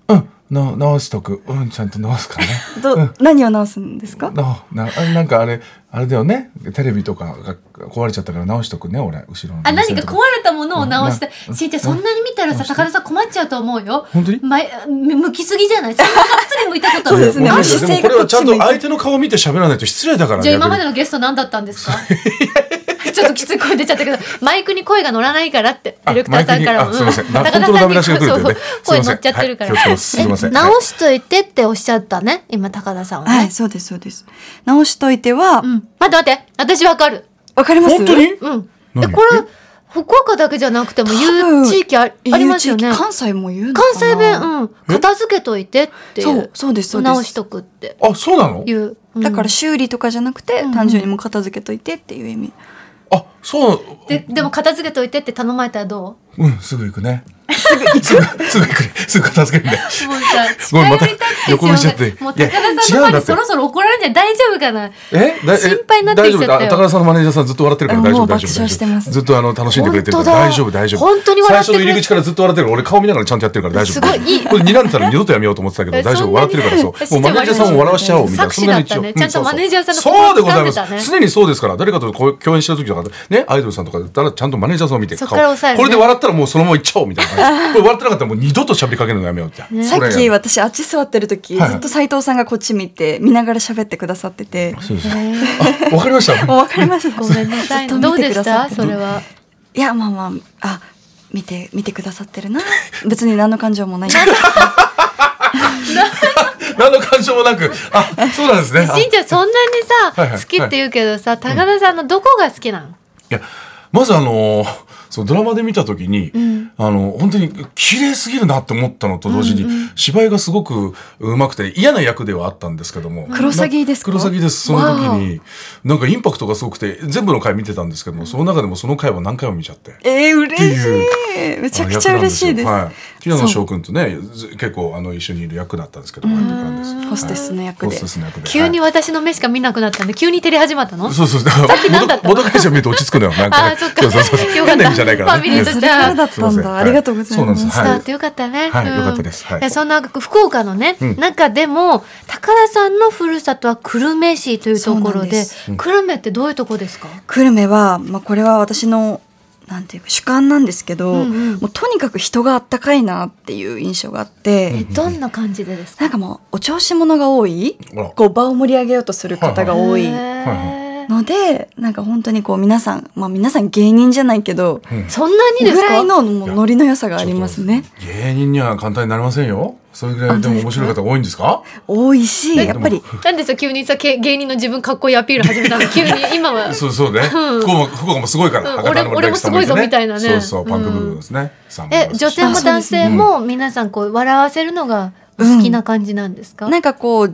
[SPEAKER 3] うん、な直しとく。うん、ちゃんと直す からね。
[SPEAKER 4] ど、何を直すんですか
[SPEAKER 3] な、な、あなんかあれ、あれだよね。テレビとかが壊れちゃったから直しとくね、俺、後ろの。
[SPEAKER 2] あ、何か壊れたものを直して
[SPEAKER 3] う、ん
[SPEAKER 2] しんちゃん、そんなに見たらさ、高田さん困っちゃうと思うよ。
[SPEAKER 3] 本当に
[SPEAKER 2] 前向きすぎじゃないそんな がっつり向いたこと
[SPEAKER 4] そ
[SPEAKER 2] は
[SPEAKER 4] うですね
[SPEAKER 3] いや
[SPEAKER 4] あ
[SPEAKER 3] も
[SPEAKER 4] の
[SPEAKER 3] ちろんで
[SPEAKER 4] 姿勢
[SPEAKER 3] もこ
[SPEAKER 4] が
[SPEAKER 3] れはちゃんと相手の顔見て喋らないと失礼だから
[SPEAKER 2] じゃあ今まで
[SPEAKER 3] の
[SPEAKER 2] のゲスト何だったんですかちょっときつい声出ちゃったけど、マイクに声が乗らないからって、ディレクターさんからも。
[SPEAKER 3] あマイクにあすいません
[SPEAKER 2] う
[SPEAKER 3] な本当のダメ出しが来るというね
[SPEAKER 2] そう声乗っちゃってるから。
[SPEAKER 3] すいませんはい気をつけますすいません
[SPEAKER 2] え直しといてっておっしゃったね、今高田さんは
[SPEAKER 4] はい
[SPEAKER 2] ね。
[SPEAKER 4] そうですそうです直しといてはわ、
[SPEAKER 2] うん。待って待って、私わかる。
[SPEAKER 4] かります
[SPEAKER 3] 本当に
[SPEAKER 2] うん。
[SPEAKER 3] 何
[SPEAKER 2] え、これ、福岡だけじゃなくても言
[SPEAKER 4] 分
[SPEAKER 2] う地域あありますよね
[SPEAKER 4] 言う。地域関西も言うのか
[SPEAKER 2] 関
[SPEAKER 4] な
[SPEAKER 2] 西弁、うん。片付けといてってい
[SPEAKER 4] そうそうですそうです
[SPEAKER 2] 直しとくって
[SPEAKER 3] あ、そうなの
[SPEAKER 2] いう。うん
[SPEAKER 4] だから修理とかじゃなくて、
[SPEAKER 2] うん
[SPEAKER 4] 単純にもう片付けといてっていう意味
[SPEAKER 3] あ、そう
[SPEAKER 2] で、でも片付けといてって頼まれたらどう
[SPEAKER 3] うん、すぐ行 くね。すぐ行く。すぐ行く。すぐ片付けるんで。
[SPEAKER 2] もうさ、
[SPEAKER 3] ごめんまた
[SPEAKER 2] 近寄りたくて
[SPEAKER 3] 横見しちゃって
[SPEAKER 2] もう高田さん
[SPEAKER 3] いや違う
[SPEAKER 2] の
[SPEAKER 3] ん
[SPEAKER 2] 前
[SPEAKER 3] だ
[SPEAKER 2] に
[SPEAKER 3] って
[SPEAKER 2] そろそろ怒られんじゃ大丈夫かな。
[SPEAKER 3] えだえ
[SPEAKER 2] 心配になってきちゃったよ
[SPEAKER 3] 大丈夫あ高田さんのマネージャーさんずっと笑ってるから大丈
[SPEAKER 4] も
[SPEAKER 3] 夫
[SPEAKER 4] う
[SPEAKER 3] 大丈夫
[SPEAKER 4] 爆笑してます
[SPEAKER 3] ずっとあの楽しんでくれてるか
[SPEAKER 2] 本
[SPEAKER 3] ら
[SPEAKER 2] 当だ
[SPEAKER 3] 大丈夫大丈夫
[SPEAKER 2] 本当に笑ってくれ
[SPEAKER 3] 最初の入り口からずっと笑ってるから俺顔見ながらちゃんとやってるから大丈夫
[SPEAKER 2] すごいいい
[SPEAKER 3] これ睨んでたら二度とやめようと思ってたけど
[SPEAKER 2] え
[SPEAKER 3] 大
[SPEAKER 2] そ
[SPEAKER 3] 丈
[SPEAKER 2] ん
[SPEAKER 3] 夫
[SPEAKER 2] なに
[SPEAKER 3] 笑ってるからそう
[SPEAKER 2] え
[SPEAKER 3] もうマネージャーさんを笑わしちゃおうみたいな
[SPEAKER 2] 作
[SPEAKER 3] そん
[SPEAKER 2] 詞
[SPEAKER 3] な
[SPEAKER 2] だ
[SPEAKER 3] に
[SPEAKER 2] ったねち
[SPEAKER 3] 一応
[SPEAKER 2] ゃんとマネージャーさんの
[SPEAKER 3] そうでござい
[SPEAKER 2] 心を掴
[SPEAKER 3] ま
[SPEAKER 2] んでたね
[SPEAKER 3] す常にそうですから誰かとこう共演した時とかねアイドルさんとかだったらちゃんとマネージャーさんを見て
[SPEAKER 2] そっから抑えるね
[SPEAKER 3] これで笑ったらもうそのまま行っちゃおうみたいな感じこれ笑ってなかったらもう二度と喋りかけるのやめようって
[SPEAKER 4] さ
[SPEAKER 3] それ
[SPEAKER 4] っ
[SPEAKER 3] やめ
[SPEAKER 4] き
[SPEAKER 3] よう
[SPEAKER 4] 私あっち座ってる時、
[SPEAKER 3] はいはい
[SPEAKER 4] ずっと斉藤さんがこっち見て見ながら喋ってくださってて
[SPEAKER 3] そうですあわか りました
[SPEAKER 4] もう分かり ました
[SPEAKER 2] ごめ んなさい。
[SPEAKER 4] ずっ
[SPEAKER 2] ど
[SPEAKER 4] と
[SPEAKER 2] う
[SPEAKER 4] 見て
[SPEAKER 2] で
[SPEAKER 4] く
[SPEAKER 2] し
[SPEAKER 4] ださったて
[SPEAKER 2] それは。
[SPEAKER 4] いやまあまああ見て見てくださってるな 別に何の感情も ない
[SPEAKER 3] 何の感情もなくあそうなんですねあ
[SPEAKER 2] しんちゃんそんなにさ、
[SPEAKER 3] はいはい
[SPEAKER 2] 好きって言うけどさ、高田さんのどこが好きなの、
[SPEAKER 3] いやまずあのーそうドラマで見た時に、あの本当に綺麗すぎるなって思ったのと同時に、芝居がすごくうまくて嫌な役ではあったんですけども
[SPEAKER 4] クロサギですか
[SPEAKER 3] なクロサギですその時になんかインパクトがすごくて全部の回見てたんですけどもその中でもその回は何回も見ちゃって。
[SPEAKER 4] えー、嬉しい
[SPEAKER 3] い
[SPEAKER 4] めちゃくちゃ嬉しいです、
[SPEAKER 3] あの役なんですよはい、平野翔君とねず結構あの一緒にいる役だったんですけども相手からです
[SPEAKER 4] ホステスの役
[SPEAKER 3] ホ
[SPEAKER 4] で
[SPEAKER 3] ステスの役で
[SPEAKER 2] 急に
[SPEAKER 3] は
[SPEAKER 2] 私の目しか見なくなったんで、急に照れ始まったの
[SPEAKER 3] いそうそうだから
[SPEAKER 2] っき何だったの
[SPEAKER 3] 元元会社見ると落ち着くのよなんか、
[SPEAKER 2] あ
[SPEAKER 3] ね、
[SPEAKER 2] あ、そっか。
[SPEAKER 3] そうそうそう
[SPEAKER 2] よかっ
[SPEAKER 3] 変な意
[SPEAKER 2] た。
[SPEAKER 3] 味じゃないから、ね、
[SPEAKER 2] ファミリーとしては
[SPEAKER 4] そうだったんだありがとうございます
[SPEAKER 3] そうなんです
[SPEAKER 2] 伝わ
[SPEAKER 3] は
[SPEAKER 2] っ
[SPEAKER 3] い
[SPEAKER 2] てよかったね。
[SPEAKER 3] はい
[SPEAKER 2] うん
[SPEAKER 3] よかったですはい
[SPEAKER 2] やそんな福岡のね、
[SPEAKER 3] ん
[SPEAKER 2] 中でも高田さんの故郷は久留米市というところで、
[SPEAKER 4] そ
[SPEAKER 2] 久留米ってどういうとこですか？
[SPEAKER 4] 久留米は、まあ、これは私のなんていうか主観なんですけど、
[SPEAKER 2] うんうん
[SPEAKER 4] もうとにかく人があったかいなっていう印象があって、
[SPEAKER 2] えどんな感じでですか？
[SPEAKER 4] なんかもうお調子者が多い
[SPEAKER 3] あら
[SPEAKER 4] こう場を盛り上げようとする方が多い
[SPEAKER 2] へ
[SPEAKER 3] は
[SPEAKER 2] ー
[SPEAKER 4] のでなんか本当にこう皆さん、まあ、皆さん芸人じゃないけど
[SPEAKER 2] そんなにで
[SPEAKER 4] ぐ
[SPEAKER 2] す
[SPEAKER 4] らい
[SPEAKER 2] か？
[SPEAKER 4] のもうノリの良さがありますね
[SPEAKER 3] ちょっと芸人には簡単になりませんよそれぐらいでも面白い方が多いんです か
[SPEAKER 4] 多いしやっぱり
[SPEAKER 2] なんでさ急にさけ芸人の自分かっこいいアピール始めたの？急に今は。
[SPEAKER 3] そうそうね、福岡も福岡もすごいから、
[SPEAKER 2] うん
[SPEAKER 3] 博多の
[SPEAKER 2] 俺俺もすごいぞ
[SPEAKER 3] ね
[SPEAKER 2] みたいなね
[SPEAKER 3] そうそうパンク部分ですね、さんも
[SPEAKER 2] え女性も
[SPEAKER 4] あそう
[SPEAKER 2] 男
[SPEAKER 4] です
[SPEAKER 2] 性も皆さんこう笑わせるのが好きな感じなんですか？
[SPEAKER 4] なんかこう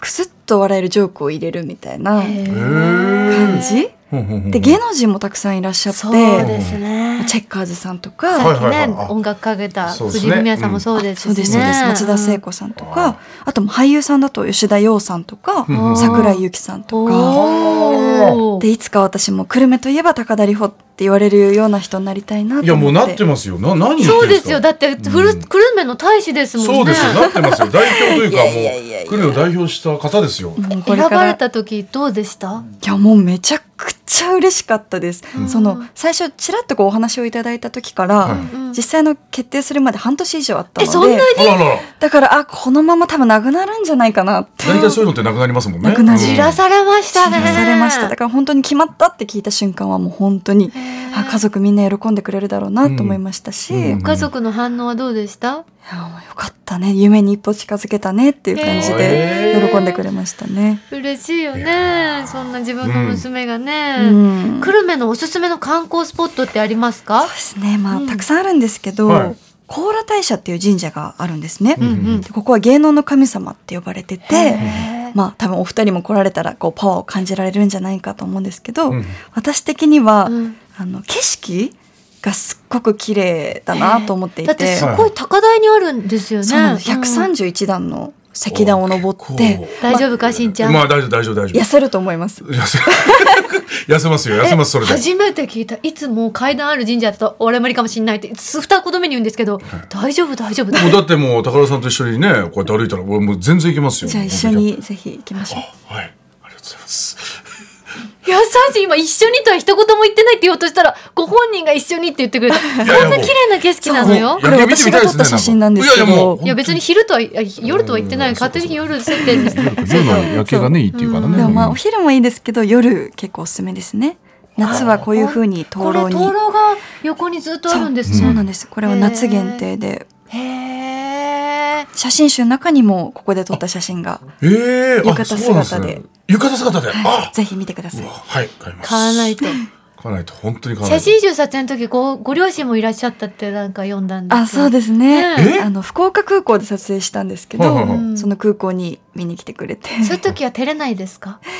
[SPEAKER 4] クスッと笑えるジョークを入れるみたいな
[SPEAKER 2] へー
[SPEAKER 4] 感じ
[SPEAKER 3] ほんほんほん
[SPEAKER 4] で芸能人もたくさんいらっしゃっ
[SPEAKER 2] そ
[SPEAKER 4] て
[SPEAKER 2] うですね。
[SPEAKER 4] チェッカーズさんと
[SPEAKER 2] さ
[SPEAKER 4] か、
[SPEAKER 3] はい
[SPEAKER 2] っきね、
[SPEAKER 3] はい
[SPEAKER 2] 音楽かけた
[SPEAKER 3] そうで
[SPEAKER 2] 藤
[SPEAKER 3] す
[SPEAKER 2] 井
[SPEAKER 3] ね
[SPEAKER 2] フミヤさんもそうですし
[SPEAKER 4] そう
[SPEAKER 2] ね。
[SPEAKER 4] ですそうです松田聖子さんとか、あとも俳優さんだと吉田羊さんとか、
[SPEAKER 2] ん
[SPEAKER 4] 桜井由紀さんとか。
[SPEAKER 2] おー
[SPEAKER 4] でいつか私も久留米といえば高田里穂って言われるような人になりたいなと思って
[SPEAKER 3] いやもうなってますよな何言ってん
[SPEAKER 2] そう
[SPEAKER 3] か
[SPEAKER 2] ですよ。だって、ふる、久留米の大使ですもんね。
[SPEAKER 3] そうですよなってますよ 代表というかも
[SPEAKER 4] い
[SPEAKER 3] う
[SPEAKER 4] やいやいやいや
[SPEAKER 3] クルを代表した方ですよ、
[SPEAKER 4] もうこ
[SPEAKER 2] 選
[SPEAKER 4] れか
[SPEAKER 2] ば
[SPEAKER 4] ら
[SPEAKER 2] れ
[SPEAKER 4] い
[SPEAKER 2] た時どうでした？
[SPEAKER 4] やもうめちゃくちゃ嬉しかったです、その最初ちらっとこうお話をいただいた時から、
[SPEAKER 3] はい
[SPEAKER 2] うん
[SPEAKER 4] 実際の決定するまで半年以上あった
[SPEAKER 2] え、
[SPEAKER 4] ので
[SPEAKER 2] そんなに？
[SPEAKER 3] あらあらあら
[SPEAKER 4] だからあこのまま多分なくなるんじゃないかなって
[SPEAKER 3] 大体そういうのってなくなりますもんね
[SPEAKER 4] なくなる
[SPEAKER 2] じらされましたね。
[SPEAKER 4] 癒されましただから本当に決まったって聞いた瞬間はもう本当にあ家族みんな喜んでくれるだろうなと思いましたし、
[SPEAKER 3] うんうん
[SPEAKER 4] い
[SPEAKER 2] ご家族の反応はどうでした？
[SPEAKER 4] やもうよかったね夢に一歩近づけたねっていう感じ
[SPEAKER 2] へ
[SPEAKER 4] で
[SPEAKER 2] ー
[SPEAKER 4] 喜んでくれましたね。
[SPEAKER 2] 嬉しいよね。そんな自分の娘がね。
[SPEAKER 4] うん
[SPEAKER 2] 久留米のおすすめの観光スポットってありますか
[SPEAKER 4] そう？ですねまあ、
[SPEAKER 2] うん
[SPEAKER 4] たくさんあるんですけど、
[SPEAKER 3] はい
[SPEAKER 4] 高良大社っていう神社があるんですね、
[SPEAKER 2] うんうん
[SPEAKER 4] でここは芸能の神様って呼ばれてて
[SPEAKER 2] へはい
[SPEAKER 4] まあ多分お二人も来られたらこうパワーを感じられるんじゃないかと思うんですけど、
[SPEAKER 3] うん
[SPEAKER 4] 私的には、
[SPEAKER 2] うん
[SPEAKER 4] あの景色がすっごく綺麗だなと思っていて,、
[SPEAKER 2] だってすごい高台にあるんですよね。
[SPEAKER 4] そうなんです
[SPEAKER 2] うん
[SPEAKER 4] 131段の石段を登っ
[SPEAKER 3] おー
[SPEAKER 4] て
[SPEAKER 3] 結
[SPEAKER 2] 大丈夫かしんちゃん。
[SPEAKER 3] まあ大丈夫大丈夫大丈
[SPEAKER 4] 痩せると思います。
[SPEAKER 3] 夫痩せ痩せ ますよ痩せますそれ
[SPEAKER 2] え
[SPEAKER 3] で
[SPEAKER 2] 初めて聞いたいつも階段ある神社だと俺無理かもしんないって二言目に言うんですけど、大丈夫大丈夫
[SPEAKER 3] もうだってもう高田さんと一緒にねこうやって歩いたら俺もう全然行けますよ
[SPEAKER 4] じゃあ一緒にぜひ行きましょう。
[SPEAKER 3] はいありがとうございます
[SPEAKER 2] 優しい今一緒にとは一言も言ってないって言おうとしたらご本人が一緒にって言ってくれたこん
[SPEAKER 3] やいやもう
[SPEAKER 2] な綺麗な景色なのよ
[SPEAKER 3] いや
[SPEAKER 4] これ
[SPEAKER 3] やってみた
[SPEAKER 4] 私が
[SPEAKER 3] い
[SPEAKER 4] 撮った写真なんですけど
[SPEAKER 3] いやいやもう
[SPEAKER 2] いや別に昼とはいや夜とは言ってない勝手に夜設定に した
[SPEAKER 3] 夜の夜景がねいいっていうからね
[SPEAKER 4] でもまあお昼もいいですけど夜結構おすすめですね。夏はこういう風に灯
[SPEAKER 2] これ
[SPEAKER 4] 籠
[SPEAKER 2] 灯
[SPEAKER 4] に。
[SPEAKER 2] 籠が横にずっとあるんです
[SPEAKER 4] そうそうな
[SPEAKER 2] ね
[SPEAKER 4] んです。これは夏限定で
[SPEAKER 2] へえ
[SPEAKER 4] 写真集の中にもここで撮った写真が
[SPEAKER 3] ええあ
[SPEAKER 4] 浴衣姿で
[SPEAKER 3] そうなんすね浴衣姿で、あ
[SPEAKER 4] ぜひ見てくださ
[SPEAKER 3] うわ
[SPEAKER 4] い。
[SPEAKER 3] はい買います
[SPEAKER 2] 買わないと
[SPEAKER 3] 買わないと本当に買わな
[SPEAKER 2] 写
[SPEAKER 3] いと
[SPEAKER 2] 真集撮影の時ごご両親もいらっしゃったってなんか読んだんです
[SPEAKER 4] あ、そうです
[SPEAKER 2] ね
[SPEAKER 4] ね。
[SPEAKER 3] え
[SPEAKER 4] あの福岡空港で撮影したんですけ
[SPEAKER 3] はいはい
[SPEAKER 4] ど
[SPEAKER 3] は
[SPEAKER 2] う
[SPEAKER 3] い
[SPEAKER 2] ん、
[SPEAKER 4] その空港に見に来てくれて
[SPEAKER 2] そういう時は照れないですか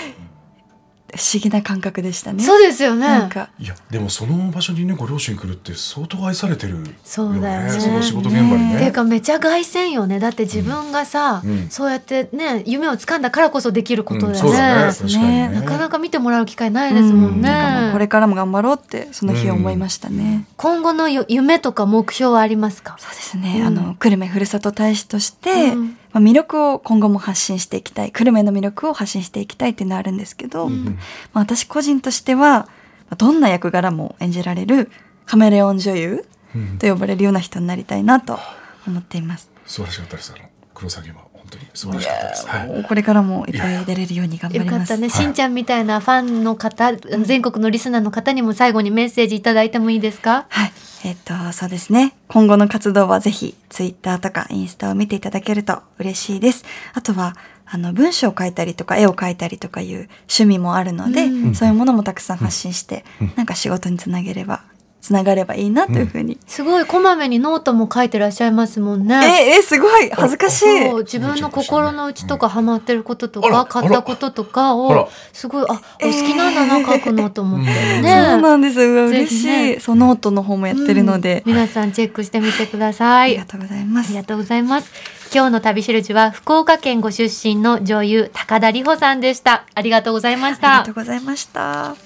[SPEAKER 4] 不思議な感覚でしたね。
[SPEAKER 2] そうですよね
[SPEAKER 4] なんか
[SPEAKER 3] いやでもその場所にねご両親来るって相当愛されてるよね
[SPEAKER 2] そうだよね
[SPEAKER 3] その仕事現場に
[SPEAKER 2] ていう
[SPEAKER 3] ね
[SPEAKER 2] かめちゃ凱旋よねだって自分がさ、
[SPEAKER 3] うんうん
[SPEAKER 2] そうやってね夢を掴んだからこそできることだよ
[SPEAKER 3] うん
[SPEAKER 2] ね,、
[SPEAKER 3] そうだね
[SPEAKER 4] そう
[SPEAKER 3] 確
[SPEAKER 4] です
[SPEAKER 3] か
[SPEAKER 4] ね
[SPEAKER 3] にね
[SPEAKER 2] なかなか見てもらう機会ないですもんね、
[SPEAKER 3] うん
[SPEAKER 4] なんかもうこれからも頑張ろうってその日思いましたね。
[SPEAKER 2] 今後のよ夢とか目標はありますか
[SPEAKER 4] そうですね、
[SPEAKER 2] うん
[SPEAKER 4] あの久留米ふるさと大使として、
[SPEAKER 2] うん
[SPEAKER 4] まあ、魅力を今後も発信していきたい久留米の魅力を発信していきたいっていうのはあるんですけど、まあ、私個人としてはまあどんな役柄も演じられるカメレオン女優
[SPEAKER 3] うん
[SPEAKER 4] と呼ばれるような人になりたいなと思っています。
[SPEAKER 3] 素晴らしかったですあの黒崎は本当に素晴らしかったですはい
[SPEAKER 4] これからもいっぱい出れるように頑張
[SPEAKER 2] よ
[SPEAKER 4] り
[SPEAKER 2] か
[SPEAKER 4] ま
[SPEAKER 2] っ
[SPEAKER 4] す。
[SPEAKER 2] たね、しんちゃんみたいなファンの方全国のリスナーの方にも最後にメッセージいただいてもいいですか
[SPEAKER 4] はい。えっ、と、そうですね。今後の活動はぜひ、ツイッターとかインスタを見ていただけると嬉しいです。あとは、あの、文章を書いたりとか、絵を描いたりとかいう趣味もあるので、
[SPEAKER 2] うん
[SPEAKER 4] そういうものもたくさん発信して、なんか仕事につなげれば、つながればいいなというふうに。
[SPEAKER 2] すごいこまめにノートも書いてらっしゃいますもん
[SPEAKER 4] え
[SPEAKER 2] ね
[SPEAKER 4] え、すごい恥ずかしい
[SPEAKER 2] そう自分の心の内とかハマってることと
[SPEAKER 3] あ
[SPEAKER 2] か、
[SPEAKER 3] ら
[SPEAKER 2] 買ったこととか
[SPEAKER 3] あら
[SPEAKER 2] をすごいあお好きなんだな 書くのと思って
[SPEAKER 3] うん
[SPEAKER 4] そう
[SPEAKER 2] ね。
[SPEAKER 4] なんです。うわ
[SPEAKER 2] ぜ
[SPEAKER 4] 嬉し
[SPEAKER 2] ひ
[SPEAKER 4] い。
[SPEAKER 2] ね
[SPEAKER 4] そう、ノートの方もやってるので、
[SPEAKER 2] 皆さんチェックしてみてくださ
[SPEAKER 4] あ
[SPEAKER 2] い。
[SPEAKER 4] り
[SPEAKER 2] あ
[SPEAKER 4] がとうございます
[SPEAKER 2] り。がとうございます。今日の旅しるじは福岡県ご出身の女優高田里穂さんでした。ありがとうございまし
[SPEAKER 4] あり
[SPEAKER 2] た
[SPEAKER 4] がとう。ございました。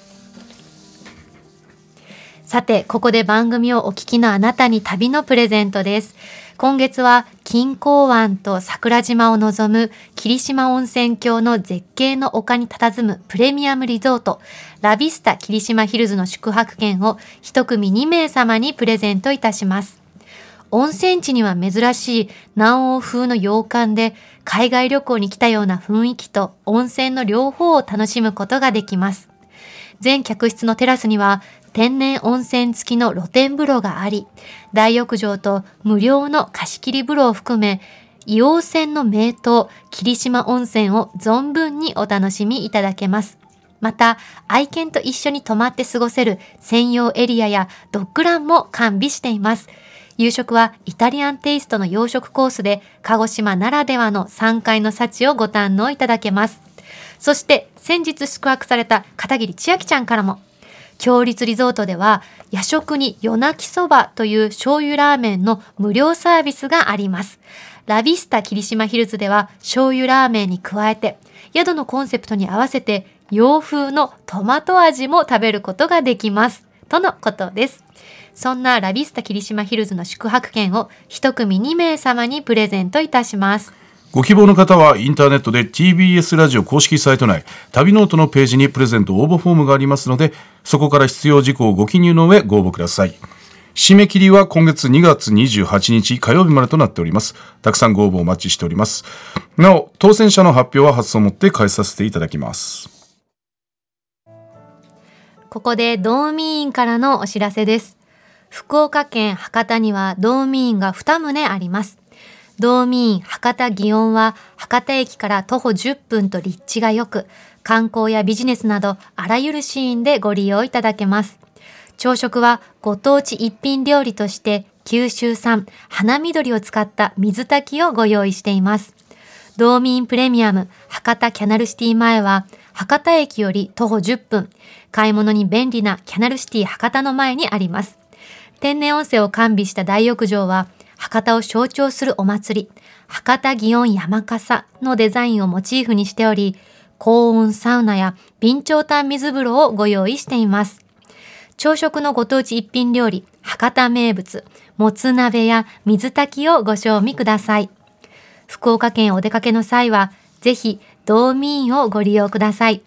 [SPEAKER 2] さて、ここで番組をお聞きのあなたに旅のプレゼントです。今月は錦江湾と桜島を望む霧島温泉郷の絶景の丘に佇むプレミアムリゾートラビスタ霧島ヒルズの宿泊券を一組2名様にプレゼントいたします。温泉地には珍しい南欧風の洋館で海外旅行に来たような雰囲気と温泉の両方を楽しむことができます。全客室のテラスには天然温泉付きの露天風呂があり、大浴場と無料の貸し切り風呂を含め、硫黄泉の名湯、霧島温泉を存分にお楽しみいただけます。また、愛犬と一緒に泊まって過ごせる専用エリアやドッグランも完備しています。夕食はイタリアンテイストの洋食コースで、鹿児島ならではの3階の幸をご堪能いただけます。そして先日宿泊された片桐千秋ちゃんからも、強立リゾートでは夜食に夜泣きそばという醤油ラーメンの無料サービスがあります。ラビスタ霧島ヒルズでは醤油ラーメンに加えて宿のコンセプトに合わせて洋風のトマト味も食べることができます。とのことです。そんなラビスタ霧島ヒルズの宿泊券を一組2名様にプレゼントいたします。
[SPEAKER 3] ご希望の方はインターネットで TBS ラジオ公式サイト内旅ノートのページにプレゼント応募フォームがありますのでそこから必要事項をご記入の上ご応募ください締め切りは今月2月28日火曜日までとなっておりますたくさんご応募お待ちしておりますなお当選者の発表は発送をもって返させていただきます
[SPEAKER 2] ここで道民院からのお知らせです。福岡県博多には道民院が2棟あります。道民院博多祇園は博多駅から徒歩10分と立地が良く、観光やビジネスなどあらゆるシーンでご利用いただけます。朝食はご当地一品料理として九州産花緑を使った水炊きをご用意しています。道民プレミアム博多キャナルシティ前は、博多駅より徒歩10分、買い物に便利なキャナルシティ博多の前にあります。天然温泉を完備した大浴場は、博多を象徴するお祭り、博多祇園山笠のデザインをモチーフにしており、高温サウナや備長炭水風呂をご用意しています。朝食のご当地一品料理、博多名物、もつ鍋や水炊きをご賞味ください。福岡県へお出かけの際は、ぜひ、道民をご利用ください。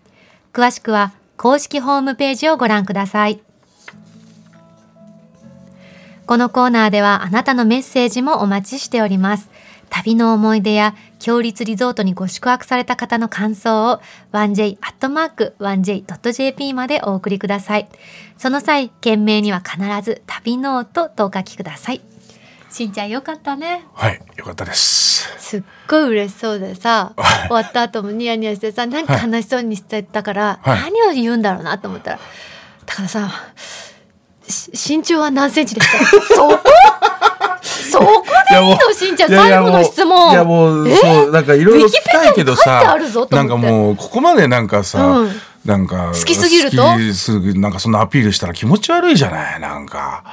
[SPEAKER 2] 詳しくは、公式ホームページをご覧ください。このコーナーではあなたのメッセージもお待ちしております。旅の思い出や、強立リゾートにご宿泊された方の感想を 1j.1j.jp までお送りください。その際、件名には必ず旅ノートとお書きください。しんちゃんよかったね。
[SPEAKER 3] はい、よかったです。
[SPEAKER 5] すっごい嬉しそうでさ終わった後もニヤニヤしてさなんか話しそうにしてたから、
[SPEAKER 3] はい
[SPEAKER 5] 何を言うんだろうなと思ったら高田さんし身長は何センチですか そこそこ
[SPEAKER 3] いや
[SPEAKER 5] でいい
[SPEAKER 3] もう
[SPEAKER 5] のしんちゃん
[SPEAKER 3] いやいや
[SPEAKER 5] 最後の質問
[SPEAKER 3] いやもうそうなんかいろいろ聞きたいけど
[SPEAKER 5] ウィキペディアに書いて
[SPEAKER 3] さ
[SPEAKER 5] あるぞと
[SPEAKER 3] な
[SPEAKER 5] 思っ
[SPEAKER 3] ん
[SPEAKER 5] て
[SPEAKER 3] かもうここまでなんかさ、
[SPEAKER 5] うん
[SPEAKER 3] なんか好
[SPEAKER 5] きすぎると
[SPEAKER 3] きすぎなんかそんなアピールしたら気持ち悪いじゃないなんか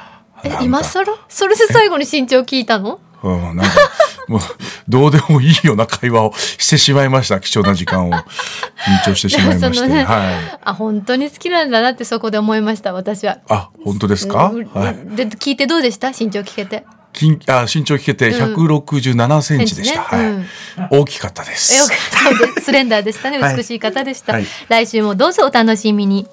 [SPEAKER 5] え
[SPEAKER 3] なんか
[SPEAKER 5] 今更それで最後に身長聞いたの
[SPEAKER 3] うんなんかもうどうでもいいような会話をしてしまいました貴重な時間を緊張してしまいまし
[SPEAKER 5] いやそ
[SPEAKER 3] て、
[SPEAKER 5] のね
[SPEAKER 3] はい
[SPEAKER 5] あ本当に好きなんだなってそこで思いました私は。
[SPEAKER 3] あ本当ですか、
[SPEAKER 5] うん
[SPEAKER 3] はい
[SPEAKER 5] で聞いてどうでした身長聞けて。
[SPEAKER 3] きんあ身長聞けて167センチでした、
[SPEAKER 5] センチね
[SPEAKER 3] はい、大きかったで
[SPEAKER 5] え
[SPEAKER 3] す
[SPEAKER 5] よかったですスレンダーでしたね
[SPEAKER 3] はい
[SPEAKER 5] 美しい方でした、
[SPEAKER 3] はい
[SPEAKER 5] 来週もどうぞお楽しみに